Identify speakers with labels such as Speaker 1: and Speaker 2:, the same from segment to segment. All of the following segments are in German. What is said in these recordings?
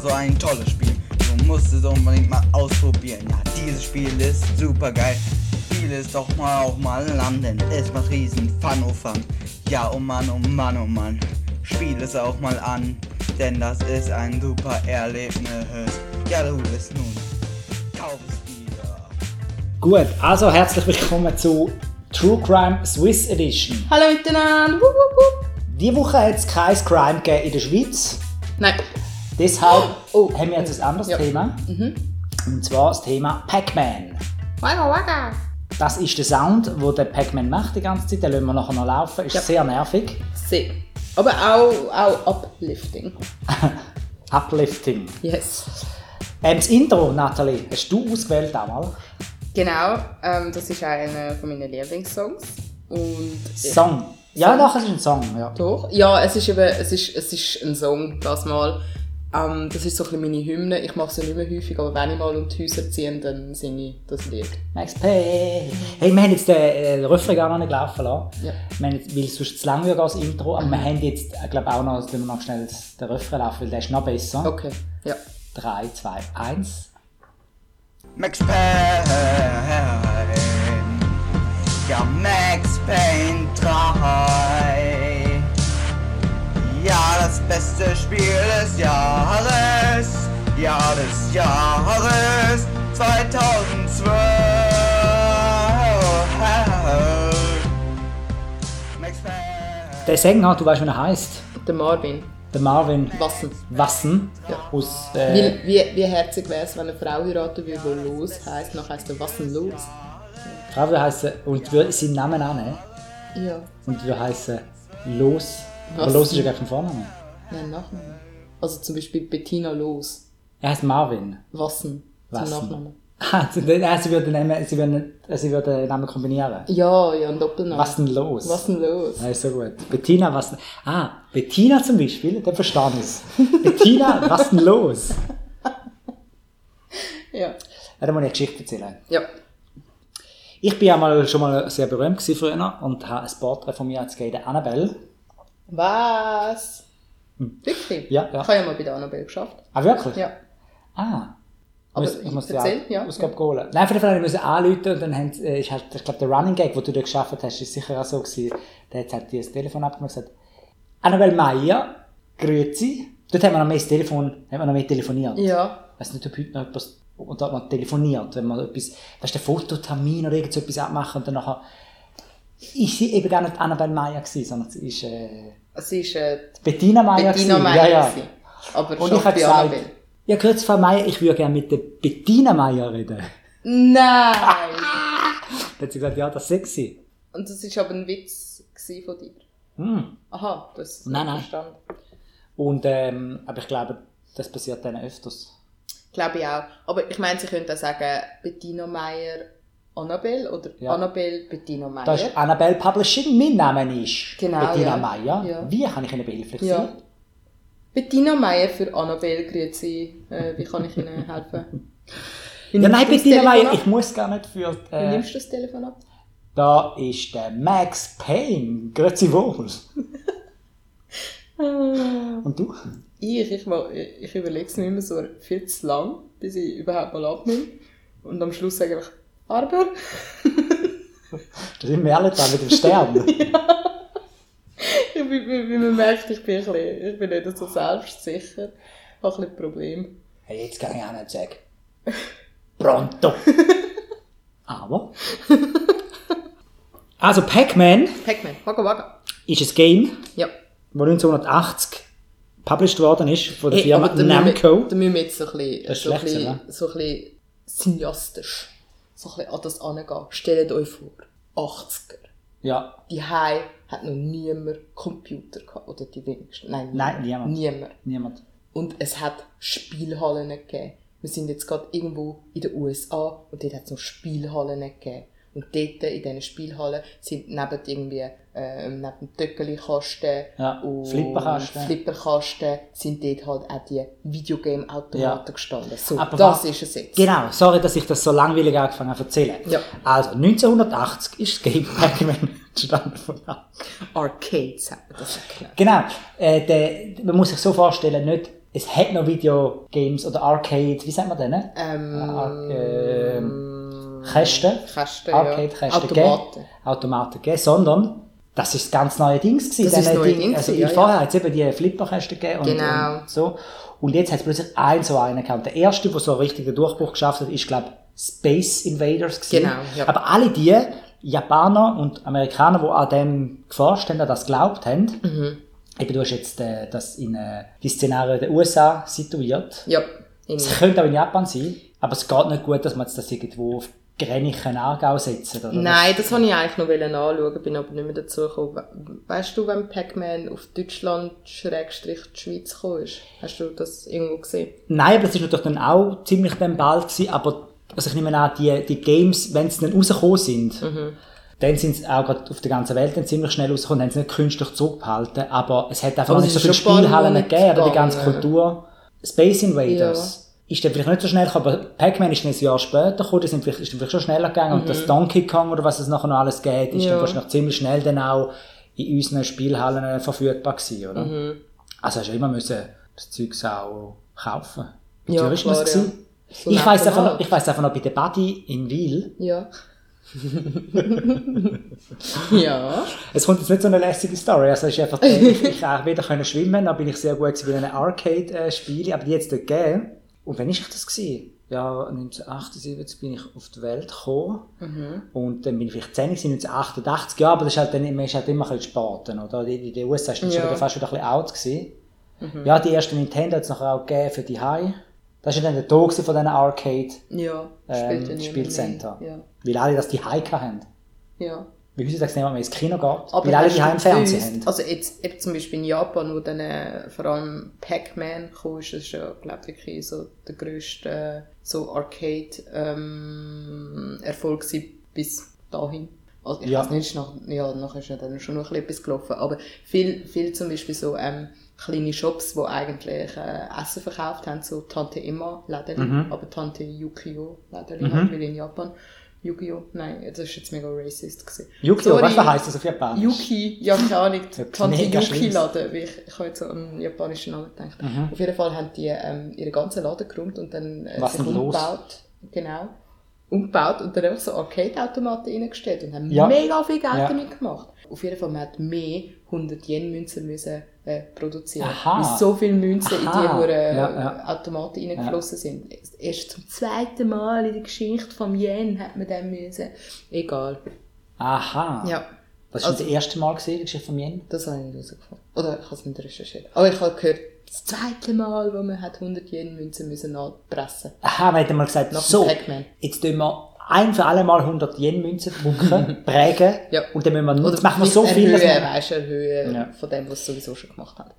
Speaker 1: so ein tolles Spiel. Du musst es unbedingt mal ausprobieren. Ja, dieses Spiel ist super geil. Spiel es doch mal auch mal landen. Es macht riesen Fun, oh Fun. Ja, oh Mann, oh Mann, oh Mann. Spiel es auch mal an, denn das ist ein super Erlebnis. Ja, du bist nun. Kauf es wieder.
Speaker 2: Gut, also herzlich willkommen zu True Crime Swiss Edition.
Speaker 3: Hallo miteinander! Wup, wup, wup.
Speaker 2: Diese Woche hat es kein Crime gegeben in der Schweiz.
Speaker 3: Nein.
Speaker 2: Deshalb haben wir jetzt ein anderes
Speaker 3: Ja.
Speaker 2: Thema. Und zwar das Thema Pac-Man.
Speaker 3: Waga, waga.
Speaker 2: Das ist der Sound, wo der Pac-Man macht die ganze Zeit. Den lassen wir nachher noch laufen. Ist
Speaker 3: Ja.
Speaker 2: sehr nervig.
Speaker 3: Sehr. Aber auch, auch uplifting.
Speaker 2: Uplifting.
Speaker 3: Yes.
Speaker 2: Ähm, das Intro, Nathalie, hast du ausgewählt damals?
Speaker 3: Genau, ähm, das ist einer von meinen Lieblingssongs. Und äh,
Speaker 2: Song. Ja, nachher ist ein Song. Ja.
Speaker 3: Doch. Ja, es ist eben, es ist, es ist ein Song, das mal. Ähm, das ist so ein bisschen meine Hymne. Ich mache sie nicht mehr häufig, aber wenn ich mal um die Häuser ziehe, dann singe ich das Lied.
Speaker 2: Max Payne. Hey, wir haben jetzt den äh, Refrain gar noch nicht laufen lassen.
Speaker 3: Ja. Mhm.
Speaker 2: Wir haben jetzt, weil sonst zu lang würde das Intro. Aber wir haben jetzt, ich glaube auch noch, jetzt müssen wir noch schnell den Refrain laufen, weil der ist noch besser.
Speaker 3: Okay, ja.
Speaker 2: 3, 2, 1.
Speaker 1: Max Payne. Ja, Max Payne 3. Ja, das beste Spiel des Jahres. Ja, des Jahres 2012. Max Payne.
Speaker 2: Der Sänger, du weißt, wie er heißt.
Speaker 3: Der Marvin.
Speaker 2: Der Marvin
Speaker 3: Wassen.
Speaker 2: Wassen.
Speaker 3: Ja.
Speaker 2: Aus,
Speaker 3: Wie,
Speaker 2: äh,
Speaker 3: wie, wie herzig wäre es, wenn eine Frau heiraten würde, die los heisst, dann heisst er was denn los?
Speaker 2: Frau würde heißen, und würde seinen Namen annehmen.
Speaker 3: Ja.
Speaker 2: Und würde heißen Los. Aber
Speaker 3: Wassen.
Speaker 2: Los ist ja gleich vom Vornamen.
Speaker 3: Nein, Nachname. Also zum Beispiel Bettina Los.
Speaker 2: Er heißt Marvin.
Speaker 3: Wassen. Zum
Speaker 2: Wassen.
Speaker 3: Nachnamen.
Speaker 2: Ah, sie würde den Namen, sie würde, sie würde den Namen kombinieren.
Speaker 3: Ja, ja, ein Doppelname.
Speaker 2: Was denn los?
Speaker 3: Was denn los?
Speaker 2: Ja, ist so gut. Bettina, was denn? Ah, Bettina zum Beispiel, der verstand es. Bettina, was denn los?
Speaker 3: Ja.
Speaker 2: Ja, da muss ich eine Geschichte erzählen.
Speaker 3: Ja.
Speaker 2: Ich bin ja mal schon mal sehr berühmt gewesen früher und habe ein Porträt von mir als Gede Annabelle.
Speaker 3: Was? Wirklich?
Speaker 2: Hm. Ja, ja.
Speaker 3: Ich habe ja mal bei der Annabelle geschafft.
Speaker 2: Ah, wirklich?
Speaker 3: Ja.
Speaker 2: Ah.
Speaker 3: Aber
Speaker 2: muss, ich muss
Speaker 3: erzähl,
Speaker 2: ja.
Speaker 3: ja.
Speaker 2: Muss, glaub, holen. Nein, auf jeden Fall habe ich müssen anrufen und dann haben sie, äh, ich, hab- ich glaube, der Running Gag, den du dort geschafft hast, ist sicher auch so gewesen. Da hat halt die das Telefon abgemacht und gesagt, Annabelle Meier, grüezi. Dort haben wir noch mehr das Telefon, haben wir noch mehr telefoniert.
Speaker 3: Ja.
Speaker 2: Ich weiß nicht, ob heute noch etwas und da hat man telefoniert, wenn man etwas, weißt du, einen Fototermin oder irgend so etwas abmachen und dann nachher ist sie eben gar nicht Annabelle Meier gewesen, sondern sie ist äh,
Speaker 3: Es ist äh,
Speaker 2: Bettina Meier
Speaker 3: Bettina
Speaker 2: gewesen.
Speaker 3: Meier.
Speaker 2: Ah, ja, ja.
Speaker 3: gewesen. Aber
Speaker 2: Und
Speaker 3: schon
Speaker 2: ich habe
Speaker 3: bei
Speaker 2: gesagt,
Speaker 3: Annabelle.
Speaker 2: ja, kurz Frau Meier, ich würde gerne mit der Bettina Meier reden.
Speaker 3: Nein!
Speaker 2: Dann hat sie gesagt, ja, das ist sexy.
Speaker 3: Und das war aber ein Witz gewesen von dir.
Speaker 2: Hm.
Speaker 3: Aha, das
Speaker 2: Nein, nein.
Speaker 3: verstanden.
Speaker 2: Und, ähm, aber ich glaube, das passiert dann öfters.
Speaker 3: Glaube ich auch. Aber ich meine, sie könnten auch sagen Bettina Meier Annabelle oder
Speaker 2: Ja.
Speaker 3: Annabelle Bettina Meier.
Speaker 2: Da ist Annabelle Publishing, mein Name ist
Speaker 3: Ah, Genau,
Speaker 2: Bettina
Speaker 3: ja.
Speaker 2: Meier.
Speaker 3: Ja.
Speaker 2: Wie kann ich Ihnen behilflich
Speaker 3: Ja.
Speaker 2: sein?
Speaker 3: Bettina Meier für Annabelle, grüezi. Äh, wie kann ich Ihnen helfen? Wie
Speaker 2: Ja,
Speaker 3: nimmst
Speaker 2: nein,
Speaker 3: du
Speaker 2: Bettina
Speaker 3: das Telefon
Speaker 2: Meier,
Speaker 3: ab?
Speaker 2: ich muss gar nicht für...
Speaker 3: Wie
Speaker 2: Äh,
Speaker 3: nimmst du das Telefon ab?
Speaker 2: Da ist der Max Payne. Grüezi wohl. Und du?
Speaker 3: Ich, ich, mach- ich überlege es mir immer so viel zu lang, bis ich überhaupt mal abnehme. Und am Schluss sage ich, aber...
Speaker 2: Da sind wir alle da mit dem Stern.
Speaker 3: Ich bin, wie, wie man merkt, ich bin, ein bisschen, ich bin nicht so selbstsicher. Ich habe ein bisschen Probleme.
Speaker 2: hey, jetzt kann ich auch nicht sagen. Pronto. Aber. Also Pac-Man
Speaker 3: Pac-Man, waga waga.
Speaker 2: ist ein Game,
Speaker 3: Ja.
Speaker 2: das 1980 published worden ist von der Firma Namco.
Speaker 3: da Eh, Müssen wir, da müssen wir jetzt so ein bisschen,
Speaker 2: Das ist
Speaker 3: so ein
Speaker 2: schlecht,
Speaker 3: bisschen, so ein bisschen cineastisch so ein bisschen an das angehen. Stellt euch vor, 80er.
Speaker 2: Ja,
Speaker 3: Die Hai hat noch niemand Computer gehabt. Oder die wenigsten. Nein,
Speaker 2: Nein, niemand.
Speaker 3: Niemand.
Speaker 2: niemand.
Speaker 3: Und es hat Spielhallen gegeben. Wir sind jetzt gerade irgendwo in den USA und dort hat es noch Spielhallen gegeben. Und dort in diesen Spielhallen sind neben irgendwie, äh, neben dem Töckelkasten
Speaker 2: Ja, Flipperkasten.
Speaker 3: Flipperkasten sind dort halt auch die Videogame-Automaten
Speaker 2: Ja.
Speaker 3: gestanden. So,
Speaker 2: Aber was-
Speaker 3: das ist es jetzt.
Speaker 2: Genau, sorry, dass ich das so langweilig angefangen habe zu erzählen.
Speaker 3: Ja.
Speaker 2: Also, 1980 ist das Game Pac-Man entstanden von Namco.
Speaker 3: Arcade sagt man das. ja genau.
Speaker 2: Genau, äh, der, man muss sich so vorstellen, nicht es hat noch Videogames oder Arcade, wie sagt man denn? ne?
Speaker 3: Ähm,
Speaker 2: Ar- ähm, Kästen.
Speaker 3: Kästen, ja.
Speaker 2: Arcade-Kästen
Speaker 3: Automaten.
Speaker 2: gegeben, Automaten gegeben, sondern das ist das ganz neue Dings gewesen.
Speaker 3: Das ist
Speaker 2: Dann
Speaker 3: neue
Speaker 2: die-
Speaker 3: Ding
Speaker 2: also
Speaker 3: gewesen, ja,
Speaker 2: Vorher hat es eben die Flipperkästen gegeben und,
Speaker 3: Genau.
Speaker 2: und so. Und jetzt hat es plötzlich ein so einen gehabt. Der erste, der so einen richtigen Durchbruch geschafft hat, ist, glaube ich, Space Invaders gewesen.
Speaker 3: Genau, ja.
Speaker 2: Aber alle die Japaner und Amerikaner, die an dem geforscht haben, an das geglaubt haben,
Speaker 3: Mhm.
Speaker 2: eben du hast jetzt äh, das in äh, die Szenarien der USA situiert.
Speaker 3: Ja, in,
Speaker 2: Es könnte auch in Japan sein, aber es geht nicht gut, dass man jetzt das irgendwo auf Grenichen Aargau setzt. Oder?
Speaker 3: Nein, das wollte ich eigentlich noch anschauen, bin aber nicht mehr dazu gekommen. Weißt du, wenn Pac-Man auf Deutschland schrägstrich die Schweiz gekommen ist? Hast du das irgendwo gesehen?
Speaker 2: Nein, aber das war natürlich dann auch ziemlich dann bald, gewesen, aber also ich nehme an, die, die Games, wenn sie dann rausgekommen sind,
Speaker 3: Mhm.
Speaker 2: dann sind sie auch gerade auf der ganzen Welt dann ziemlich schnell rausgekommen, haben sie nicht künstlich zurückgehalten, aber es hat einfach
Speaker 3: Aber
Speaker 2: noch
Speaker 3: es
Speaker 2: nicht so
Speaker 3: ist
Speaker 2: viele
Speaker 3: schon ein paar
Speaker 2: Spielhallen
Speaker 3: Monate
Speaker 2: gegeben, oder die
Speaker 3: gegangen.
Speaker 2: ganze Kultur. Space Invaders. Ist dann vielleicht nicht so schnell gekommen, aber Pac-Man ist dann ein Jahr später gekommen, das sind vielleicht, ist dann vielleicht schon schneller gegangen und das Donkey Kong oder was es nachher noch alles geht, ist
Speaker 3: Mhm. Ja.
Speaker 2: dann wahrscheinlich ziemlich schnell dann auch in unseren Spielhallen äh, verfügbar gewesen, oder?
Speaker 3: Mhm.
Speaker 2: Also hast du immer müssen das Zeugs auch kaufen. Wie
Speaker 3: Ja,
Speaker 2: teuer ist das
Speaker 3: klar,
Speaker 2: gewesen?
Speaker 3: ja. So
Speaker 2: ich, weiss
Speaker 3: nach und
Speaker 2: einfach noch,
Speaker 3: nach.
Speaker 2: ich weiss einfach noch, bei der Buddy in Wiel,
Speaker 3: Ja. ja.
Speaker 2: es kommt jetzt nicht so eine lässige Story, also es ist einfach, ich, ich auch weder können schwimmen, noch bin ich sehr gut gewesen bei diesen Arcade-Spielen, aber die jetzt dort gegeben. Und wann ist ich das gewesen? Ja, 1978 bin ich auf die Welt gekommen
Speaker 3: Mhm.
Speaker 2: und dann bin ich vielleicht 10 gewesen, 1988, ja, aber das ist halt dann, man ist halt immer ein bisschen spaten, oder? In den USA ist das
Speaker 3: Ja. Mhm.
Speaker 2: schon wieder fast wieder ein bisschen out gewesen. Ja, die erste Nintendo hat es nachher auch gegeben für die High. Das war dann der Tag gewesen von diesen Arcade.
Speaker 3: Ja. Spielt ja
Speaker 2: ähm,
Speaker 3: niemand
Speaker 2: Spielcenter.
Speaker 3: mehr.
Speaker 2: Weil alle das die Heike haben.
Speaker 3: Ja. ja.
Speaker 2: Weil heutzutage niemand mehr ins Kino geht.
Speaker 3: Aber
Speaker 2: weil alle
Speaker 3: hast
Speaker 2: die
Speaker 3: du
Speaker 2: Heim Fernsehen
Speaker 3: gewusst,
Speaker 2: haben.
Speaker 3: Also jetzt eben zum Beispiel in Japan, wo dann äh, vor allem Pac-Man kam, ist das ja, glaube ich, wirklich so der grösste äh, so Arcade-Erfolg bis dahin. Also ich
Speaker 2: Ja.
Speaker 3: weiß nicht, ist nach, ja, nachher ist ja dann schon noch ein bisschen etwas gelaufen, aber viel, viel zum Beispiel so ähm, kleine Shops, wo eigentlich äh, Essen verkauft haben, so Tante Emma
Speaker 2: Mhm.
Speaker 3: Läden, aber Tante Yukio Läden halt, weil in Japan Yu-Gi-Oh! Nein, das ist jetzt mega racist gewesen.
Speaker 2: Yu-Gi-Oh!
Speaker 3: Sorry.
Speaker 2: Was heisst das auf Japanisch?
Speaker 3: Yuki, ja, keine Ahnung,
Speaker 2: Etwas
Speaker 3: Tante
Speaker 2: mega
Speaker 3: Yuki
Speaker 2: Schlimmes. Mhm.
Speaker 3: Laden, weil ich, ich habe jetzt so an einen japanischen Namen gedacht. Auf jeden Fall haben die ähm, ihren ganzen Laden geräumt und dann äh,
Speaker 2: Was denn los?
Speaker 3: Genau. Umgebaut und dann einfach so Arcade-Automaten reingestellt und haben
Speaker 2: Ja.
Speaker 3: mega viel Geld
Speaker 2: Ja.
Speaker 3: damit gemacht. Auf jeden Fall, man hat mehr 100 Yen-Münzen müssen äh, produzieren.
Speaker 2: Aha.
Speaker 3: Weil so viele Münzen
Speaker 2: Aha.
Speaker 3: in die äh,
Speaker 2: Ja, ja.
Speaker 3: Automaten reingeflossen sind. Erst zum zweiten Mal in der Geschichte vom Yen hat man dann müssen. Egal.
Speaker 2: Aha.
Speaker 3: Ja. also-
Speaker 2: Das war das erste Mal gesehen, die Geschichte von Jen.
Speaker 3: Das habe ich nicht herausgefunden. Oder ich habe es nicht recherchiert. Aber ich habe gehört, das zweite Mal, wo man hat 100 Yen Münzen müssen nachpressen
Speaker 2: Aha, man hat mal gesagt,
Speaker 3: Nach dem
Speaker 2: so,
Speaker 3: Pac-Man.
Speaker 2: jetzt tun wir ein für alle Mal 100 Yen-Münzen drucken, prägen,
Speaker 3: Ja.
Speaker 2: und dann müssen wir, Oder machen wir so viel, dass
Speaker 3: Erhöhen,
Speaker 2: wir,
Speaker 3: weißt du, erhöhen
Speaker 2: Ja.
Speaker 3: von dem, was sie sowieso schon gemacht haben.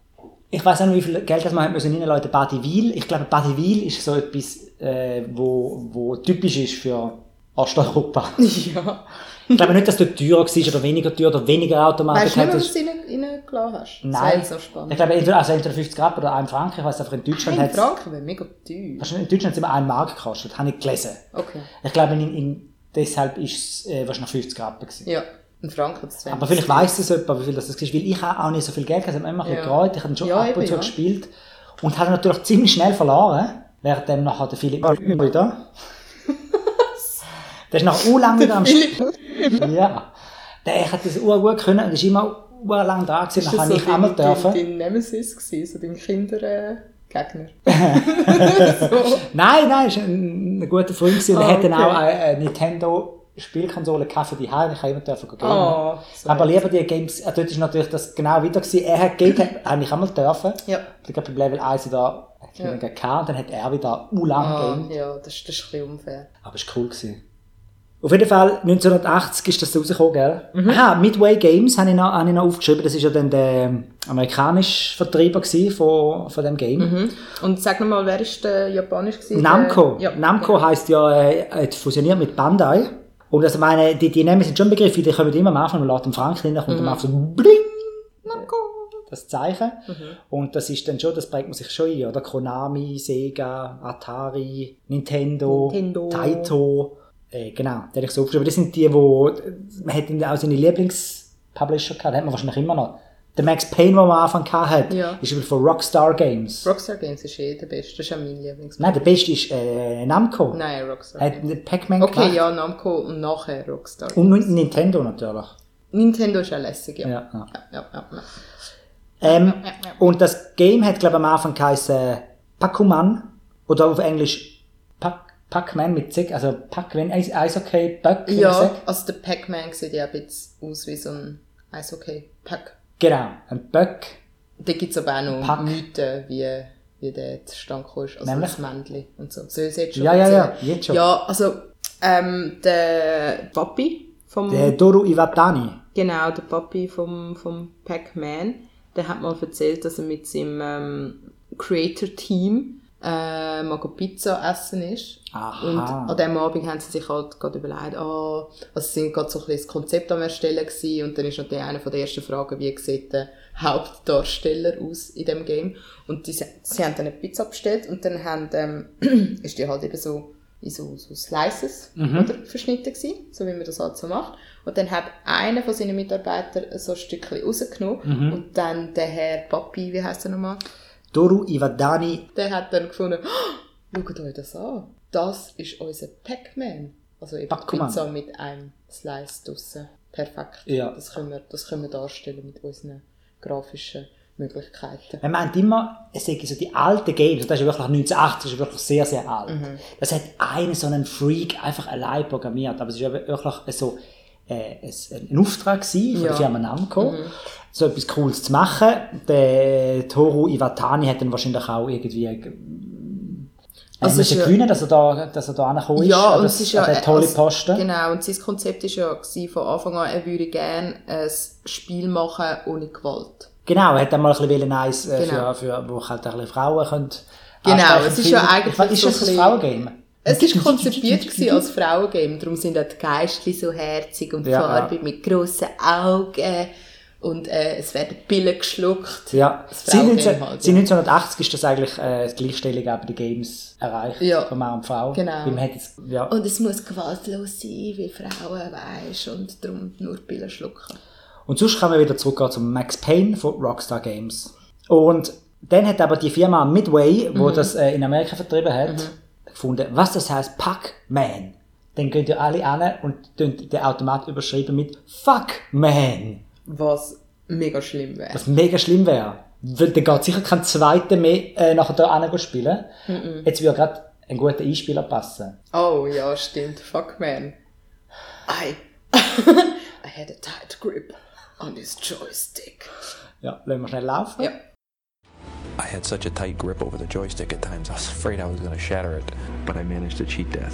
Speaker 2: ich weiß auch nicht, wie viel Geld das man hat müssen reinlassen in Badiwil. Ich glaube, Badiwil ist so etwas, äh, wo, wo typisch ist für Osteuropa.
Speaker 3: ja.
Speaker 2: Ich glaube nicht, dass dort teurer war oder weniger teuer oder weniger Automaten
Speaker 3: Weißt du nicht,
Speaker 2: gehabt
Speaker 3: mehr,
Speaker 2: hast.
Speaker 3: was du rein- reingelassen hast? Das wäre
Speaker 2: Nein.
Speaker 3: jetzt noch
Speaker 2: Ich
Speaker 3: spannend.
Speaker 2: glaube, entweder, also entweder 50 Rappen oder 1 Franken. Ich weiß einfach, in Deutschland
Speaker 3: Ein
Speaker 2: hat es...
Speaker 3: Franken wäre mega teuer.
Speaker 2: In Deutschland hat's immer 1 Mark gekostet. Habe ich gelesen.
Speaker 3: Okay.
Speaker 2: Ich glaube, in, in, deshalb ist es äh, wahrscheinlich 50 Rappen gewesen.
Speaker 3: Ja, ein Franken das wäre
Speaker 2: Aber vielleicht weiss das jemand, wie viel das war. Weil ich habe auch nicht so viel Geld hatte. Ich habe immer
Speaker 3: Ja.
Speaker 2: ja. gereut. Ich habe schon
Speaker 3: Ja,
Speaker 2: ab und
Speaker 3: eben,
Speaker 2: zu
Speaker 3: ja.
Speaker 2: gespielt. Und habe natürlich ziemlich schnell verloren. Währenddem nachher der Philipp wieder... der ist nach u lang wieder am Spiel. Ja. Der hat das urgut können und ist immer urlang dran gewesen. Dann
Speaker 3: das
Speaker 2: habe ich
Speaker 3: dein,
Speaker 2: einmal dürfen.
Speaker 3: dein, dein Nemesis gewesen, so dein äh, Kindergegner.
Speaker 2: Nein, nein, ist ein, ein guter Freund gewesen. und er
Speaker 3: Ah,
Speaker 2: hat dann
Speaker 3: okay.
Speaker 2: auch eine, eine Nintendo Spielkonsole gekauft, die habe ich habe immer dürfen gehen.
Speaker 3: Oh, so
Speaker 2: aber lieber die Games, äh, dort ist natürlich das genau wieder gewesen. Er hat gegeben, habe ich einmal dürfen.
Speaker 3: Ja.
Speaker 2: Ich glaube, beim Level 1 da hat
Speaker 3: Ja.
Speaker 2: ja. gehabt, und dann hat er wieder u lang
Speaker 3: Ah,
Speaker 2: gegeben.
Speaker 3: ja, das, ist- das ist ein bisschen unfair.
Speaker 2: Aber es war cool gewesen. Auf jeden Fall, 1980 ist das rausgekommen, gell?
Speaker 3: Mhm.
Speaker 2: Aha, Midway Games habe ich, noch, habe ich noch aufgeschrieben. Das war ja dann der amerikanische Vertreiber gewesen von, von dem
Speaker 3: Mhm.
Speaker 2: Game.
Speaker 3: Und sag nochmal, wer ist der japanisch gewesen?
Speaker 2: Namco.
Speaker 3: Der- Ja.
Speaker 2: Namco heisst ja, äh, äh, fusioniert mit Bandai. Und also meine, die, die Namen sind schon begriffen, die kommen immer am Anfang, man lässt den Frank rein, dann kommt
Speaker 3: Mhm.
Speaker 2: am Anfang so bling,
Speaker 3: Namco.
Speaker 2: das Zeichen.
Speaker 3: Mhm.
Speaker 2: Und das ist dann schon, das prägt man sich schon ein, oder? Konami, Sega, Atari, Nintendo,
Speaker 3: Nintendo.
Speaker 2: Taito. Äh, genau, das habe ich so äh, aufgeschrieben. Das sind die, wo, man hat dann auch seine Lieblings-Publisher gehabt, hat man wahrscheinlich immer noch. Der Max Payne, den man am Anfang hatte,
Speaker 3: Ja.
Speaker 2: ist übrigens von Rockstar Games.
Speaker 3: Rockstar Games ist eh der beste. Das ist auch mein Lieblings.
Speaker 2: Nein, der beste ist äh, Namco.
Speaker 3: Nein, Rockstar
Speaker 2: Hat
Speaker 3: Games.
Speaker 2: den Äh, Pac-Man
Speaker 3: Äh, Okay,
Speaker 2: gemacht.
Speaker 3: ja, Namco und nachher Rockstar.
Speaker 2: Und Nintendo natürlich.
Speaker 3: Nintendo ist auch lässig, ja.
Speaker 2: Ja, ja.
Speaker 3: Ja, ja, ja, ja.
Speaker 2: Ähm, und das Game hat, glaube ich, am Anfang geheißen äh, Pac-Man oder auf Englisch Pac- Pac-Man mit Zick, also Pac-Man, Eis- Eishockey, Pac, wie man
Speaker 3: Ja,
Speaker 2: sagt.
Speaker 3: also der Pac-Man sieht ja ein bisschen aus wie so ein Eishockey-Pac.
Speaker 2: Genau, ein Böck.
Speaker 3: Da gibt's aber auch noch
Speaker 2: Pack.
Speaker 3: Mythen, wie, wie der zustande kam, also
Speaker 2: Nämlich?
Speaker 3: das Männchen und so. Soll ich es jetzt schon
Speaker 2: Ja, ja, ja,
Speaker 3: erzählen?
Speaker 2: jetzt schon.
Speaker 3: Ja, also ähm, der Papi vom...
Speaker 2: Der Doru Iwatani.
Speaker 3: Genau, der Papi vom, vom Pac-Man, der hat mal erzählt, dass er mit seinem ähm, Creator-Team äh, mal go Pizza essen ist.
Speaker 2: Aha.
Speaker 3: Und an dem Abend haben sie sich halt gerade überlegt, ah, also sie sind gerade so ein bisschen das Konzept am Erstellen gewesen und dann ist natürlich eine von der ersten Fragen, wie sieht der Hauptdarsteller aus in dem Game? Und die, se- sie haben dann eine Pizza bestellt und dann haben, ähm, ist die halt eben so in so, so Slices oder, verschnitten gewesen, so wie man das halt so macht. Und dann hat einer von seinen Mitarbeitern so ein Stückchen rausgenommen und dann der Herr Papi, wie heißt er nochmal?
Speaker 2: Doru Iwatani.
Speaker 3: Der hat dann gefunden, oh, schaut euch das an. Das ist unser Pac-Man. Also eben die
Speaker 2: Pac-Man.
Speaker 3: Pizza mit einem Slice draussen. Perfekt.
Speaker 2: Ja.
Speaker 3: Das, können wir, das können wir darstellen mit unseren grafischen Möglichkeiten.
Speaker 2: Man meint immer, es sind so die alten Games, und das ist wirklich 1980, das ist wirklich sehr, sehr alt.
Speaker 3: Mhm.
Speaker 2: Das hat einen so einen Freak einfach allein programmiert, aber es ist eben wirklich so äh, es- ein Auftrag gewesen von
Speaker 3: Ja. Mhm.
Speaker 2: der Firma Namco, so etwas Cooles zu machen. Der Toru Iwatani hat dann wahrscheinlich auch irgendwie äh,
Speaker 3: Also
Speaker 2: also
Speaker 3: es ist
Speaker 2: müssen
Speaker 3: ja-
Speaker 2: gewinnen, dass er da, dass er da angekommen ist,
Speaker 3: Ja,
Speaker 2: an
Speaker 3: und
Speaker 2: das,
Speaker 3: es ist ja...
Speaker 2: an den
Speaker 3: äh,
Speaker 2: tolle
Speaker 3: also-
Speaker 2: Posten.
Speaker 3: Genau, und sein Konzept war ja gewesen, von Anfang an, er würde gerne ein Spiel machen ohne Gewalt.
Speaker 2: Genau, er hat dann mal ein bisschen eins, äh,
Speaker 3: Genau.
Speaker 2: für, für, wo halt ein bisschen Frauen können.
Speaker 3: Genau,
Speaker 2: ansprechen
Speaker 3: es ist ja
Speaker 2: können.
Speaker 3: eigentlich
Speaker 2: Was Ist
Speaker 3: so
Speaker 2: das
Speaker 3: ein
Speaker 2: ein Frauengame?
Speaker 3: Es war konzipiert gewesen als Frauengame, darum sind auch die Geistli so herzig und
Speaker 2: Ja,
Speaker 3: farbig mit grossen Augen und äh, es werden Pillen geschluckt.
Speaker 2: Ja,
Speaker 3: Das
Speaker 2: seit
Speaker 3: Frauengame
Speaker 2: 19,
Speaker 3: halt,
Speaker 2: seit
Speaker 3: ja.
Speaker 2: 1980 ist das eigentlich äh, die Gleichstellung auch bei den Games erreicht,
Speaker 3: Ja.
Speaker 2: von Mann und Frau.
Speaker 3: Genau.
Speaker 2: Weil man hat jetzt, ja.
Speaker 3: Und es muss gewaltlos sein, wie Frauen weisst und darum nur Pillen schlucken.
Speaker 2: Und sonst kann man wieder zurückgehen zum Max Payne von Rockstar Games. Und dann hat aber die Firma Midway, wo
Speaker 3: Mhm.
Speaker 2: das äh, in Amerika vertrieben hat, gefunden, was das heißt Pac-Man. Dann gehen ja alle an und tun den Automat überschreiben mit Fuck-Man.
Speaker 3: Was mega schlimm wäre.
Speaker 2: Was mega schlimm wäre. Weil dann geht sicher kein zweiter mehr äh, nachher da an spielen.
Speaker 3: Mhm.
Speaker 2: Jetzt würde gerade ein guter Einspieler passen.
Speaker 3: Oh ja, stimmt. Fuck man. I, I had a tight grip on his joystick.
Speaker 2: Ja, lassen wir schnell laufen.
Speaker 3: Ja.
Speaker 4: I had such a tight grip over the joystick at times, I was afraid I was going to shatter it. But I managed to cheat death.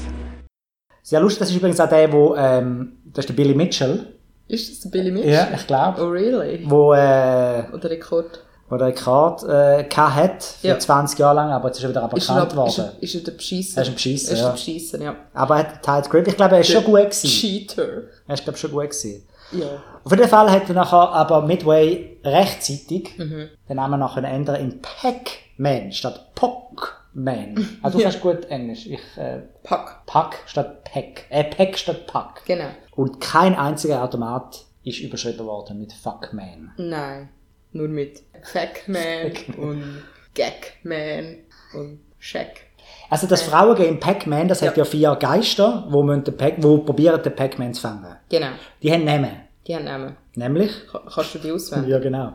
Speaker 2: Sehr lustig, das ist übrigens auch der, wo, ähm, das ist der Billy Mitchell.
Speaker 3: Ist das der Billy Mitchell?
Speaker 2: Ja, ich glaube.
Speaker 3: Oh really?
Speaker 2: Wo, äh,
Speaker 3: Oder Rekord?
Speaker 2: wo der Rekord äh, gehabt hat, für
Speaker 3: Ja.
Speaker 2: 20 Jahre lang, aber jetzt ist er wieder
Speaker 3: Ist er,
Speaker 2: bekannt
Speaker 3: ab, ist,
Speaker 2: worden.
Speaker 3: er, ist er der Bescheisser?
Speaker 2: Er ist ein Bescheisser,
Speaker 3: Er
Speaker 2: ja.
Speaker 3: ist
Speaker 2: Mhm.
Speaker 3: der Bescheisser, ja.
Speaker 2: Aber er hat Tight Grip, ich glaube, er ist schon gut gewesen.
Speaker 3: Cheater.
Speaker 2: Er ist, glaube schon gut gewesen.
Speaker 3: Ja.
Speaker 2: Auf jeden Fall hat er nachher aber Midway rechtzeitig
Speaker 3: Mhm.
Speaker 2: den Namen nachher ändern in Pac-Man statt Poc-Man. Also du kannst gut Englisch. Ich, äh,
Speaker 3: Pack.
Speaker 2: Pack statt Pack. Äh, Pack statt Pack.
Speaker 3: Genau.
Speaker 2: Und kein einziger Automat ist überschritten worden mit Fuckman.
Speaker 3: Nein. Nur mit Fackman und Gagman und Shack.
Speaker 2: Also das Frauengame Pac-Man, das hat ja vier Geister, wo, müssen den Pac wo probieren, den Pac-Man zu fangen.
Speaker 3: Genau.
Speaker 2: Die haben Namen.
Speaker 3: Die haben Namen.
Speaker 2: Nämlich?
Speaker 3: Ka kannst du die auswählen?
Speaker 2: Ja, genau.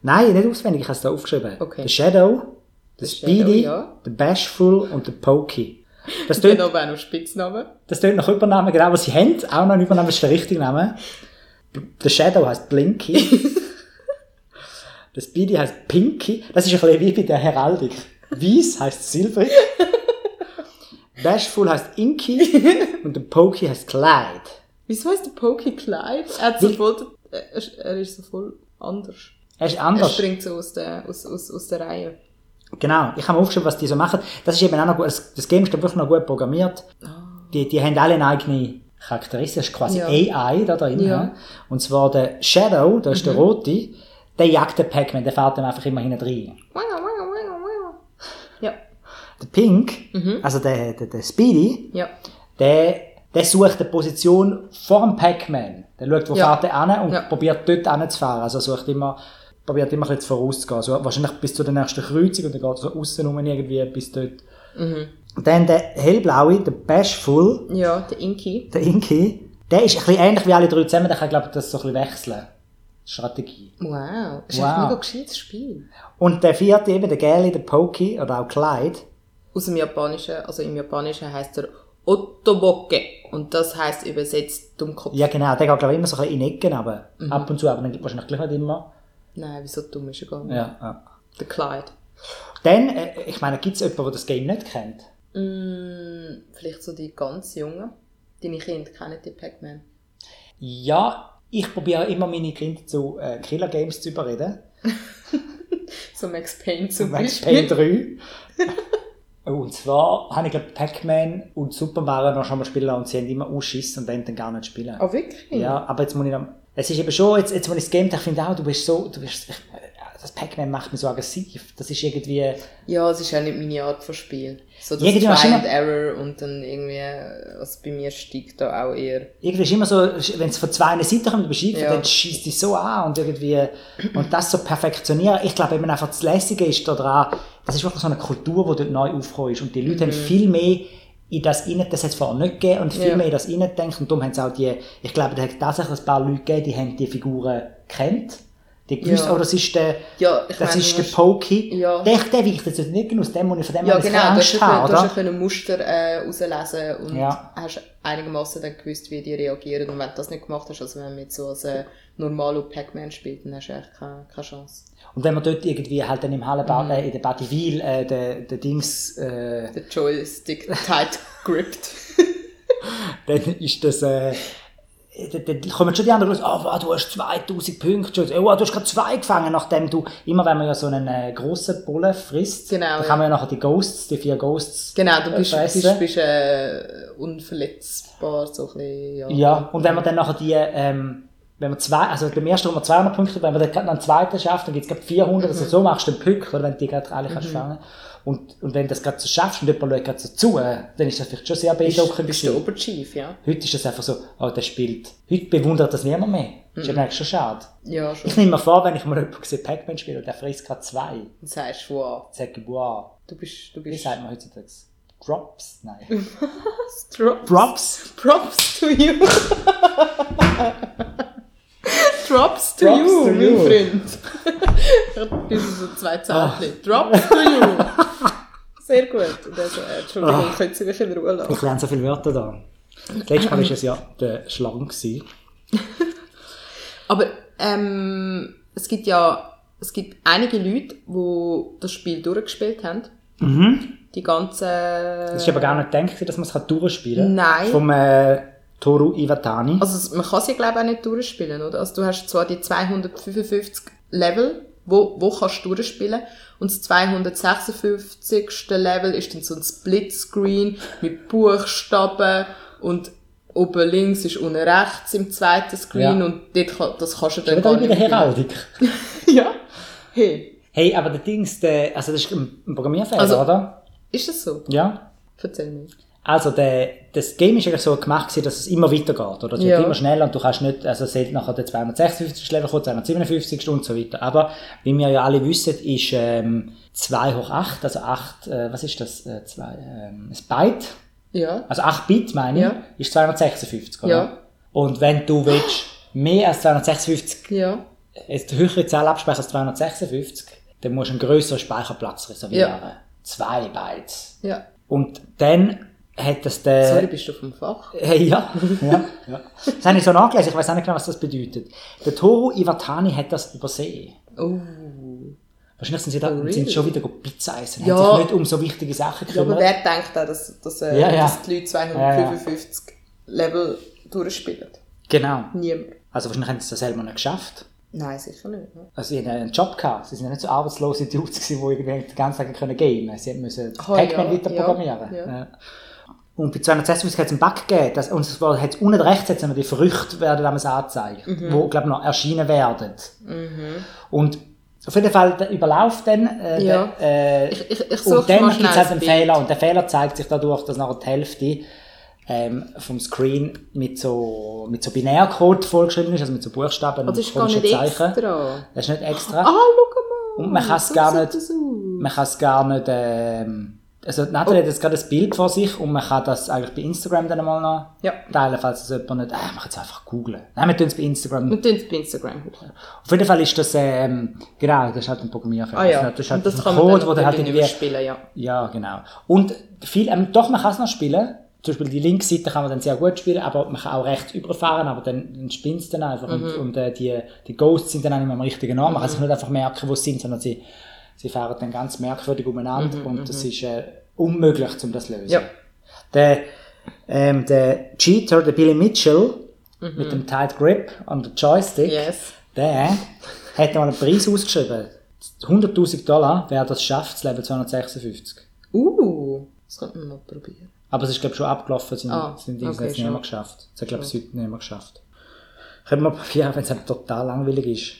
Speaker 2: Nein, nicht auswendig, ich habe es da aufgeschrieben.
Speaker 3: Okay.
Speaker 2: Der Shadow, der
Speaker 3: Shadow,
Speaker 2: Speedy,
Speaker 3: ja. Genau,
Speaker 2: der Bashful und der Pokey. Das
Speaker 3: Die haben
Speaker 2: tönt,
Speaker 3: aber auch noch Spitznamen.
Speaker 2: das tönt nach Übernahmen, genau, was sie haben. Auch noch ein Übernahme ist der richtige Name. Der Shadow heißt Blinky. der Speedy heißt Pinky. Das ist ein bisschen wie bei der Heraldik. Weiß heißt silbrig. Bashful heißt Inky. Und der Pokey heißt Clyde.
Speaker 3: Wieso heißt der Pokey Clyde? Er, hat so
Speaker 2: Weil-
Speaker 3: voll, er, ist- er ist so voll anders.
Speaker 2: Er ist
Speaker 3: Er
Speaker 2: anders.
Speaker 3: springt so aus der, aus, aus, aus der Reihe.
Speaker 2: Genau, ich habe mir aufgeschrieben, was die so machen. Das ist eben auch noch gut, das das Game ist glaub ich, wirklich noch gut programmiert.
Speaker 3: Ah.
Speaker 2: Die, die haben alle eine eigene Charakteristik, das ist quasi
Speaker 3: Ja.
Speaker 2: AI da drin.
Speaker 3: Ja. Mhm.
Speaker 2: Ja. Und zwar der Shadow, das ist der Rote, der jagt den Pac-Man, der fährt dann einfach immer hinten rein.
Speaker 3: Wow, wow, wow, wow. Ja,
Speaker 2: Der Pink,
Speaker 3: Mhm.
Speaker 2: also der, der, der Speedy,
Speaker 3: ja.
Speaker 2: der, der sucht eine Position vor dem Pac-Man. Der schaut, wo
Speaker 3: Ja.
Speaker 2: fährt er an und
Speaker 3: Ja.
Speaker 2: probiert dort anzufahren. Also er sucht immer probiert immer ein bisschen zu vorauszugehen. Also wahrscheinlich bis zur nächsten Kreuzung und dann geht es so aussen rum irgendwie bis dort.
Speaker 3: Mhm.
Speaker 2: Dann der hellblaue, der Bashful,
Speaker 3: Ja, der Inki.
Speaker 2: der Inki, der ist ein bisschen ähnlich wie alle drei zusammen, der kann glaube ich das so ein bisschen wechseln. Strategie.
Speaker 3: Wow. Das ist
Speaker 2: Wow.
Speaker 3: ein mega gescheites Spiel.
Speaker 2: Und der vierte eben, der Gelli, der Pokey oder auch Clyde.
Speaker 3: Aus dem Japanischen, also im Japanischen heißt er Otoboke. Und das heißt übersetzt Dummkopf.
Speaker 2: Ja genau, der geht glaube ich immer so ein bisschen in Ecken, aber
Speaker 3: Mhm.
Speaker 2: ab und zu, aber dann wahrscheinlich gleich nicht immer.
Speaker 3: Nein, wieso dumm ist er gar nicht?
Speaker 2: Ja, ja.
Speaker 3: Der Clyde.
Speaker 2: Dann, äh, ich meine, gibt es jemanden, der das Game nicht kennt?
Speaker 3: Mm, vielleicht so die ganz Jungen. Deine Kinder kennen die Pac-Man.
Speaker 2: Ja, ich probiere immer meine Kinder zu äh, Killer Games zu überreden.
Speaker 3: So Max Payne zum
Speaker 2: Max Payne
Speaker 3: Beispiel.
Speaker 2: 3. Oh, und zwar habe ich glaube Pac-Man und Super Mario noch schon mal spielen lassen und sie haben immer Ausschiss und wollen dann gar nicht spielen.
Speaker 3: Ah, wirklich?
Speaker 2: Ja, aber jetzt muss ich noch, es ist eben schon, jetzt, jetzt muss ich das Game, ich finde auch, du bist so, du bist, ich, äh, das Pac-Man macht mich so aggressiv. Das ist irgendwie,
Speaker 3: Ja, es ist ja nicht meine Art von Spiel. So das
Speaker 2: Irgendwie
Speaker 3: Try
Speaker 2: wahrscheinlich-
Speaker 3: and Error und dann irgendwie, äh, also bei mir steigt da auch eher.
Speaker 2: irgendwie ist immer so, wenn es von zwei Seiten kommt, du bist ja.
Speaker 3: Ja.
Speaker 2: dann schießt dich so an und irgendwie, und das so perfektionieren. Ich glaube eben einfach das Lässige ist daran, das ist wirklich so eine Kultur, die dort neu aufgekommen ist und die
Speaker 3: Mhm.
Speaker 2: Leute haben viel mehr in das rein, das hat es vorher nicht gegeben, und viel
Speaker 3: Ja.
Speaker 2: mehr in das reingedenkt und darum haben es auch die, ich glaube, da hat es tatsächlich ein paar Leute gegeben, die haben die Figuren kennt. Die gewusst,
Speaker 3: Ja.
Speaker 2: oh, das ist der,
Speaker 3: Ja, ich
Speaker 2: das
Speaker 3: meine,
Speaker 2: ist
Speaker 3: du
Speaker 2: der
Speaker 3: hast-
Speaker 2: Pokey.
Speaker 3: Ja.
Speaker 2: Der, der wiegt jetzt nicht genug, aus dem muss ich von dem
Speaker 3: Ja,
Speaker 2: habe ich keine
Speaker 3: genau, du hast
Speaker 2: Angst
Speaker 3: schon
Speaker 2: haben,
Speaker 3: können- du hast
Speaker 2: oder?
Speaker 3: schon können Muster äh, rauslesen und
Speaker 2: Ja.
Speaker 3: hast einigermaßen dann gewusst, wie die reagieren. Und wenn du das nicht gemacht hast, also wenn man mit so als äh, normaler Pac-Man spielt, dann hast du eigentlich keine, keine Chance.
Speaker 2: Und wenn man dort irgendwie halt dann im
Speaker 3: Mhm.
Speaker 2: Hallenbad, äh, in der Badiville, äh, der, der Dings, äh,
Speaker 3: Der Joystick tight gripped.
Speaker 2: dann ist das, äh, dann, dann kommen schon die anderen raus, oh, wow, du hast 2000 Punkte schon, oh, wow, du hast gerade zwei gefangen, nachdem du, immer wenn man ja so einen äh, grossen Bullen frisst,
Speaker 3: Genau,
Speaker 2: dann
Speaker 3: ja.
Speaker 2: kann man ja nachher die Ghosts, die vier Ghosts
Speaker 3: genau, du
Speaker 2: äh,
Speaker 3: bist,
Speaker 2: fressen.
Speaker 3: bist, bist äh, unverletzbar, so ein bisschen, ja.
Speaker 2: Ja, und wenn man dann nachher die, ähm, wenn man zwei, also beim ersten haben wir 200 Punkte, wenn man dann gerade noch einen zweiten schafft, dann gibt's gerade 400, also so machst du einen Pück, oder wenn du die gerade alle kannst fangen. Und, und wenn du das gerade so schaffst und jemand schaut gerade so zu, äh, dann ist das vielleicht schon sehr beeindruckend
Speaker 3: bist, bist der
Speaker 2: gewesen.
Speaker 3: Oberchief, ja?
Speaker 2: Heute ist das einfach so, oh, der spielt. Heute bewundert das niemand mehr. Ist eben eigentlich schon schade.
Speaker 3: Ja, schon.
Speaker 2: Ich nehme mir vor, wenn ich mal jemanden sehe, Pac-Man spielt und der frisst gerade zwei, dann
Speaker 3: Und sagst, wow,
Speaker 2: sage ich, wow,
Speaker 3: du bist, du
Speaker 2: wie
Speaker 3: bist
Speaker 2: sagt man heutzutage? Drops? Nein.
Speaker 3: Props.
Speaker 2: Props?
Speaker 3: Props to you. Props to
Speaker 2: Props
Speaker 3: you,
Speaker 2: to
Speaker 3: mein
Speaker 2: you.
Speaker 3: Freund. Ich bin so zwei Zähnchen. Props to you. Ah. Sehr gut. Und also, äh, Entschuldigung, können Sie mich in Ruhe lassen.
Speaker 2: Ich lerne so viele Wörter da. Das letzte Mal war es ja der Schlank. gewesen.
Speaker 3: Aber ähm, es gibt ja es gibt einige Leute, die das Spiel durchgespielt haben. Die ganzen...
Speaker 2: Mhm. Das ist aber gar nicht gedacht, dass man es durchspielen kann.
Speaker 3: Nein.
Speaker 2: Vom äh, Toru Iwatani.
Speaker 3: Also es- man kann sie glaube ich auch nicht durchspielen, oder? Also du hast zwar die 255 Level, wo, wo kannst du durchspielen und das 256. Level ist dann so ein Splitscreen mit Buchstaben und oben links ist unten rechts im zweiten Screen
Speaker 2: Ja.
Speaker 3: und dort kann, das kannst du dann
Speaker 2: Oder da
Speaker 3: gar
Speaker 2: bei der
Speaker 3: nicht spielen.
Speaker 2: Heraldik.
Speaker 3: Ja. Hey,
Speaker 2: Hey, aber der Dings, der, also das ist ein Programmierfehler,
Speaker 3: Also-
Speaker 2: oder?
Speaker 3: ist das so?
Speaker 2: Ja.
Speaker 3: Erzähl mir.
Speaker 2: Also der, das Game ist eigentlich so gemacht, gewesen, dass es immer weitergeht, oder? Es wird
Speaker 3: Ja.
Speaker 2: immer schneller und du kannst nicht, also es zählt nachher der 256. Level kurz, 257. und so weiter. Aber, wie wir ja alle wissen, ist ähm, 2 hoch 8, also 8, äh, was ist das? Äh, 2, ähm, ein Byte.
Speaker 3: Ja.
Speaker 2: Also 8 Bit meine ich,
Speaker 3: Ja.
Speaker 2: ist 256, oder?
Speaker 3: Ja.
Speaker 2: Und wenn du willst, mehr als 256,
Speaker 3: Ja.
Speaker 2: jetzt eine höhere Zahl abspeichern als 256, dann musst du einen größeren Speicherplatz reservieren.
Speaker 3: Ja.
Speaker 2: Zwei Bytes.
Speaker 3: Ja.
Speaker 2: Und dann hat das der...
Speaker 3: Sorry, bist du vom Fach?
Speaker 2: Hey, ja, ja, ja. Das habe ich so nachgelesen, ich weiß auch nicht genau, was das bedeutet. Der Toru Iwatani hat das übersehen.
Speaker 3: Oh.
Speaker 2: Wahrscheinlich sind sie da
Speaker 3: really?
Speaker 2: sind schon wieder go Pizza essen.
Speaker 3: Ja.
Speaker 2: Haben sich nicht um so wichtige Sachen
Speaker 3: Ja, aber
Speaker 2: gekümmert.
Speaker 3: wer denkt auch, dass, dass, äh,
Speaker 2: Genau. Ja, ja.
Speaker 3: dass die Leute 255 Level durchspielen?
Speaker 2: genau.
Speaker 3: Niemand.
Speaker 2: Also wahrscheinlich haben sie das selber nicht geschafft.
Speaker 3: Nein, sicher nicht. ne?
Speaker 2: Also sie hatten einen Job gehabt. Sie sind ja nicht so arbeitslose Dudes gewesen, die irgendwie den ganzen Tag können gamen können. Sie haben müssen
Speaker 3: Oh,
Speaker 2: Pac-Man
Speaker 3: ja,
Speaker 2: weiter
Speaker 3: ja,
Speaker 2: programmieren.
Speaker 3: ja.
Speaker 2: Ja. Und bei 256 hat es einen Bug gegeben. Das, und zwar hat es unten rechts hat es immer die Früchte werden damals angezeigt, mhm. wo glaube ich noch erschienen werden.
Speaker 3: Mhm.
Speaker 2: Und auf jeden Fall der überläuft dann. Äh,
Speaker 3: Ja.
Speaker 2: der, äh,
Speaker 3: Ich, ich, ich
Speaker 2: und
Speaker 3: suche
Speaker 2: dann
Speaker 3: mal
Speaker 2: gibt
Speaker 3: schnell
Speaker 2: es halt einen
Speaker 3: Bild.
Speaker 2: Fehler. Und der Fehler zeigt sich dadurch, dass nachher die Hälfte ähm, vom Screen mit so, mit so Binärcode vollgeschrieben ist, also mit so Buchstaben
Speaker 3: das ist gar nicht extra.
Speaker 2: Das ist nicht extra.
Speaker 3: Ah, schau mal.
Speaker 2: Und man kann es
Speaker 3: so
Speaker 2: gar
Speaker 3: sieht
Speaker 2: nicht-
Speaker 3: das aus.
Speaker 2: Man kann es gar nicht, ähm, also Nathalie
Speaker 3: Oh.
Speaker 2: hat jetzt gerade ein Bild vor sich und man kann das eigentlich bei Instagram dann mal noch
Speaker 3: Ja.
Speaker 2: teilen, falls es jemand nicht, ah, man kann es einfach googeln. Nein, wir tun es bei Instagram.
Speaker 3: Und tun es bei Instagram hoch.
Speaker 2: Auf jeden Fall ist das, ähm, genau, das ist halt ein Programmierfehler.
Speaker 3: Ah ja,
Speaker 2: Also, Das ist halt
Speaker 3: und das
Speaker 2: ein
Speaker 3: kann man
Speaker 2: Code, wo
Speaker 3: dann
Speaker 2: der halt
Speaker 3: natürlich
Speaker 2: irgendwie,
Speaker 3: überspielen, ja.
Speaker 2: ja, genau. Und viel, ähm, doch, man kann es noch spielen. Zum Beispiel die linke Seite kann man dann sehr gut spielen, aber man kann auch rechts überfahren, aber dann, dann spinnt es dann einfach.
Speaker 3: Mhm.
Speaker 2: Und, und äh, die, die Ghosts sind dann auch nicht mehr am richtigen Namen. Man kann sich nicht einfach merken, wo sie sind, sondern sie, sie fahren dann ganz merkwürdig umeinander und das ist äh, unmöglich, um das zu lösen.
Speaker 3: Mhm, Ja.
Speaker 2: Der, ähm, der Cheater, der Billy Mitchell, mit dem Tight Grip an der Joystick,
Speaker 3: Mhm. Yes.
Speaker 2: der hat mal einen Preis ausgeschrieben. 100.000 Dollar, wer das schafft, das Level 256.
Speaker 3: Uh, das könnte man mal probieren.
Speaker 2: Aber es ist, glaube ich, schon abgelaufen, sind,
Speaker 3: Ah,
Speaker 2: sind die
Speaker 3: okay,
Speaker 2: okay, jetzt nicht
Speaker 3: schon.
Speaker 2: mehr geschafft. Das hat, glaube ich, es heute nicht mehr geschafft. Könnte man probieren, wenn es eben total langweilig ist.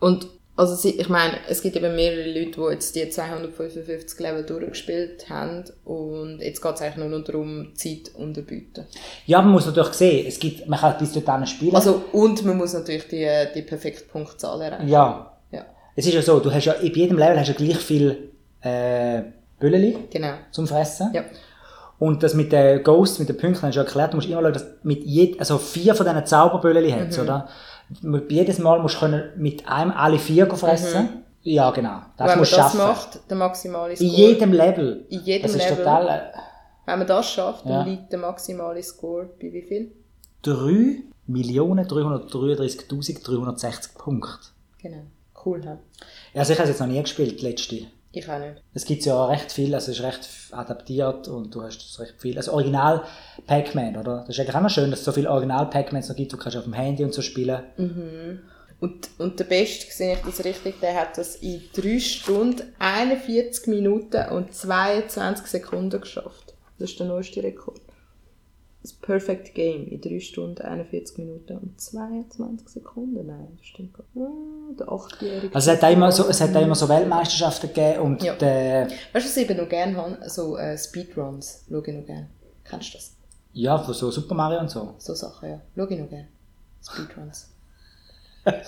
Speaker 3: Und also sie, ich meine, es gibt eben mehrere Leute, die jetzt die 255 Level durchgespielt haben und jetzt geht es eigentlich nur noch darum, Zeit unterbieten.
Speaker 2: Ja, man muss natürlich sehen, es gibt, man kann bis dorthin spielen.
Speaker 3: Also und man muss natürlich die, äh, die perfekte Punktzahl erreichen.
Speaker 2: ja.
Speaker 3: Ja,
Speaker 2: Es ist ja so, du hast ja, bei jedem Level hast du ja gleich viel, äh, Bülleli
Speaker 3: genau.
Speaker 2: zum Fressen.
Speaker 3: Ja.
Speaker 2: Und das mit den Ghosts, mit den Pünktchen, hast du ja erklärt, du musst immer schauen, dass mit jed also vier von diesen Zauberböllchen hat's,
Speaker 3: Mhm.
Speaker 2: oder? Mit- Jedes Mal musst du können mit einem alle vier fressen. Ja, genau. Das
Speaker 3: Mhm. Wenn man das
Speaker 2: musst du schaffen.
Speaker 3: macht, der maximale
Speaker 2: In
Speaker 3: Score.
Speaker 2: jedem Level.
Speaker 3: In jedem
Speaker 2: das ist
Speaker 3: Level.
Speaker 2: total... äh,
Speaker 3: Wenn man das schafft, dann
Speaker 2: Ja.
Speaker 3: liegt der maximale Score bei wie viel?
Speaker 2: 3.333.360 Punkte.
Speaker 3: Genau. Cool, hä?
Speaker 2: Also ich habe es jetzt noch nie gespielt, die letzte.
Speaker 3: Ich auch nicht.
Speaker 2: Es gibt ja recht viel, also es ist recht adaptiert und du hast recht viel. Also Original Pac-Man, oder? Das ist eigentlich auch noch schön, dass es so viele Original Pac-Mans noch gibt, du kannst auf dem Handy und so spielen.
Speaker 3: Mhm. Und, und der Beste, sehe ich das richtig, der hat das in 3 Stunden, 41 Minuten und 22 Sekunden geschafft. Das ist der neueste Rekord. Das Perfect Game in 3 Stunden, 41 Minuten und 22 Sekunden. Nein, das stimmt gar nicht. Ah, Der 8-Jährige.
Speaker 2: Also es hat auch immer so, es hat auch immer so Weltmeisterschaften gegeben und
Speaker 3: Ja.
Speaker 2: äh,
Speaker 3: Weißt du, was ich eben noch gerne habe? So äh, Speedruns. Schau ich noch gerne. Kennst du das?
Speaker 2: ja, von so Super Mario und so.
Speaker 3: So Sachen, ja. Schau ich noch gerne. Speedruns.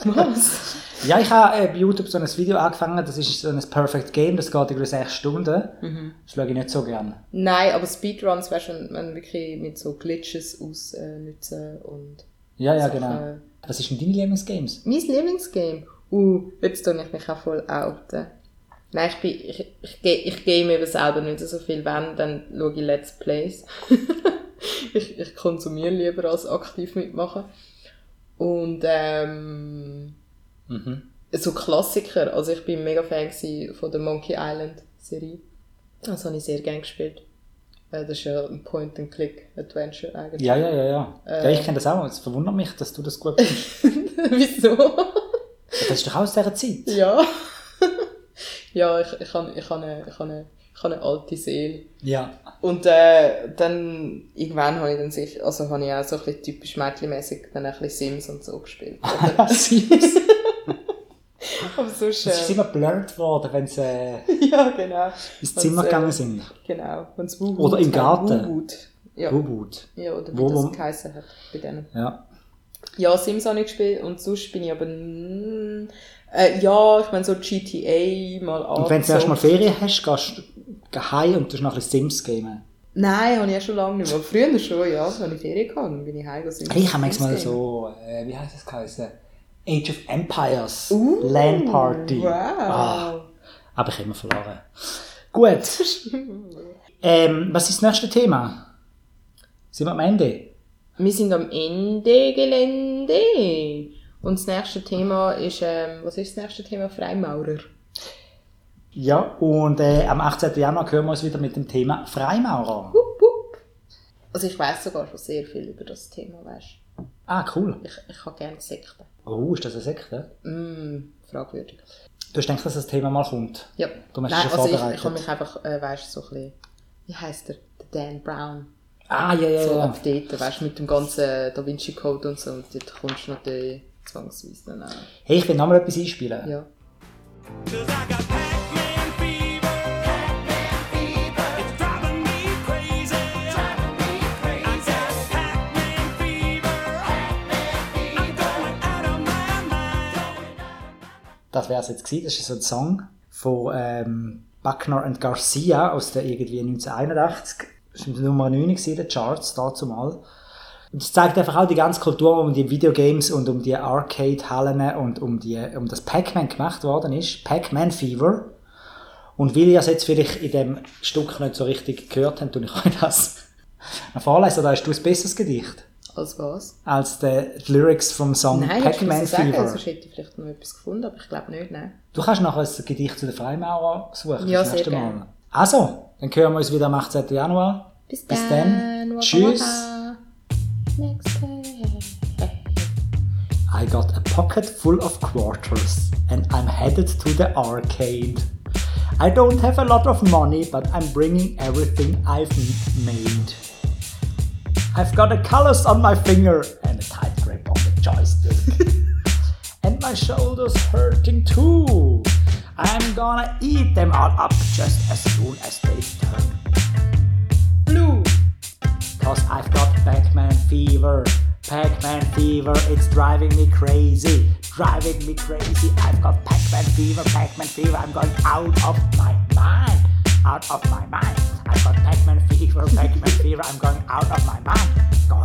Speaker 3: Was?
Speaker 2: Ja, ich habe äh, bei YouTube so ein Video angefangen, das ist so ein Perfect Game, das geht über 6 Stunden.
Speaker 3: Mhm.
Speaker 2: Das schaue ich nicht so gerne.
Speaker 3: Nein, aber Speedruns weißt du, wenn man wirklich mit so Glitches ausnutzen und.
Speaker 2: Ja, ja,
Speaker 3: Sachen.
Speaker 2: genau. Was ist denn deine Lieblingsgames?
Speaker 3: Mein Lieblingsgame? Uh, jetzt tue ich mich auch voll outen. Nein, ich, bin, ich, ich, ge- ich game eben selber nicht so viel. Wenn, dann schaue ich Let's Plays. ich, ich konsumiere lieber als aktiv mitmachen. Und ähm, so Klassiker. Also ich bin mega Fan gewesen von der Monkey Island Serie. Das habe ich sehr gerne gespielt. Äh, Das ist ja ein Point-and-Click-Adventure eigentlich.
Speaker 2: Ja, ja, ja, ja.
Speaker 3: Äh,
Speaker 2: ja ich kenne das auch. Es verwundert mich, dass du das gut findest.
Speaker 3: Wieso?
Speaker 2: das ist doch auch aus dieser Zeit.
Speaker 3: Ja. ja, ich, ich habe ich hab eine, ich hab eine, ich hab eine alte Seele.
Speaker 2: Ja.
Speaker 3: Und äh, dann irgendwann habe ich dann sicher, also habe ich auch so ein bisschen typisch mädchenmässig dann ein bisschen Sims und so gespielt. Aber
Speaker 2: Sims.
Speaker 3: so schön.
Speaker 2: Es ist immer blurred worden, wenn sie äh,
Speaker 3: Ja, genau.
Speaker 2: ins Zimmer
Speaker 3: Wenn's, äh,
Speaker 2: gegangen sind.
Speaker 3: Genau. Wenn's Wuhut,
Speaker 2: Oder im Garten.
Speaker 3: Wuhut. Ja.
Speaker 2: Rubut.
Speaker 3: ja, oder wie
Speaker 2: Wo- wo-
Speaker 3: das geheißen hat bei denen.
Speaker 2: Ja.
Speaker 3: Ja, Sims habe ich gespielt und sonst bin ich aber... mm, Äh, ja, ich meine so GTA mal
Speaker 2: Und wenn du erstmal
Speaker 3: angezockt.
Speaker 2: Ferien hast, gehst du heim und tust noch ein bisschen Sims gamen.
Speaker 3: Nein, habe ich ja schon lange nicht mehr. Früher schon, ja, als ich Ferien hatte, dann bin ich heimgegangen.
Speaker 2: Ich habe manchmal so, äh, wie heißt das geheißen? Age of Empires.
Speaker 3: Uh,
Speaker 2: LAN Party.
Speaker 3: Wow.
Speaker 2: Ah, aber ich habe immer verloren. Gut. ähm, was ist das nächste Thema? Sind wir am Ende?
Speaker 3: Wir sind am Ende Gelände. Und das nächste Thema ist, ähm, was ist das nächste Thema? Freimaurer.
Speaker 2: Ja, und äh, am 18. Januar hören wir uns wieder mit dem Thema Freimaurer.
Speaker 3: Wupp, wupp. Also ich weiß sogar schon sehr viel über das Thema, weißt
Speaker 2: Ah, cool.
Speaker 3: Ich, ich habe gerne Sekten.
Speaker 2: Oh, ist das eine Sekte?
Speaker 3: Mm, fragwürdig.
Speaker 2: Du hast gedacht, dass das Thema mal kommt?
Speaker 3: Ja.
Speaker 2: Du meinst,
Speaker 3: Nein,
Speaker 2: du bist
Speaker 3: also ich,
Speaker 2: vorbereitet.
Speaker 3: ich habe mich einfach, äh, weißt so ein bisschen, wie heisst der? Der Dan Brown.
Speaker 2: Ah, ja, ja,
Speaker 3: so
Speaker 2: ja.
Speaker 3: ab dort, weißt du, mit dem ganzen Da Vinci Code und so, und dort kommst du natürlich zwangsweise dann auch.
Speaker 2: Hey, ich will nochmal etwas einspielen.
Speaker 3: Ja.
Speaker 5: Cause I got Pac-Man fever. Pac-Man fever. It's driving me crazy. Driving me crazy. I got
Speaker 2: Das wäre es jetzt gewesen. Das ist so ein Song von ähm, Buckner und Garcia aus der irgendwie 1981. Das war Nummer 9 gewesen, in den Charts dazu mal. Und es zeigt einfach auch die ganze Kultur, die um die Videogames und um die Arcade-Hallen und um, die, um das Pac-Man gemacht worden ist. Pac-Man-Fever. Und weil ihr es jetzt vielleicht in dem Stück nicht so richtig gehört habt, tue ich euch das noch vorlesen. Da hast du ein besseres Gedicht
Speaker 3: Als was?
Speaker 2: als die die Lyrics vom Song
Speaker 3: Nein, ich
Speaker 2: Pac-Man
Speaker 3: muss sagen,
Speaker 2: Fever.
Speaker 3: sonst hätte ich vielleicht noch etwas gefunden, aber ich glaube nicht, nein.
Speaker 2: Du kannst noch ein Gedicht zu den Freimaurern suchen.
Speaker 3: Ja,
Speaker 2: das
Speaker 3: sehr
Speaker 2: nächste
Speaker 3: gerne.
Speaker 2: Mal. Also, dann hören wir uns wieder am 18. Januar.
Speaker 3: Bis,
Speaker 2: Bis dann.
Speaker 3: dann. Waka
Speaker 2: Tschüss.
Speaker 3: waka. Next day.
Speaker 2: I got a pocket full of quarters and I'm headed to the arcade. I don't have a lot of money, but I'm bringing everything I've m- made. I've got a callus on my finger and a tight grip on the joystick. and my shoulders hurting too. I'm gonna eat them all up just as soon as they turn blue. Cause I've got Pac-Man fever. Pac-Man fever, it's driving me crazy. Driving me crazy. I've got Pac-Man fever, Pac-Man fever. I'm going out of my mind. Out of my mind. I've got Pac-Man fever, Pac-Man fever. I'm going out of my mind. Gonna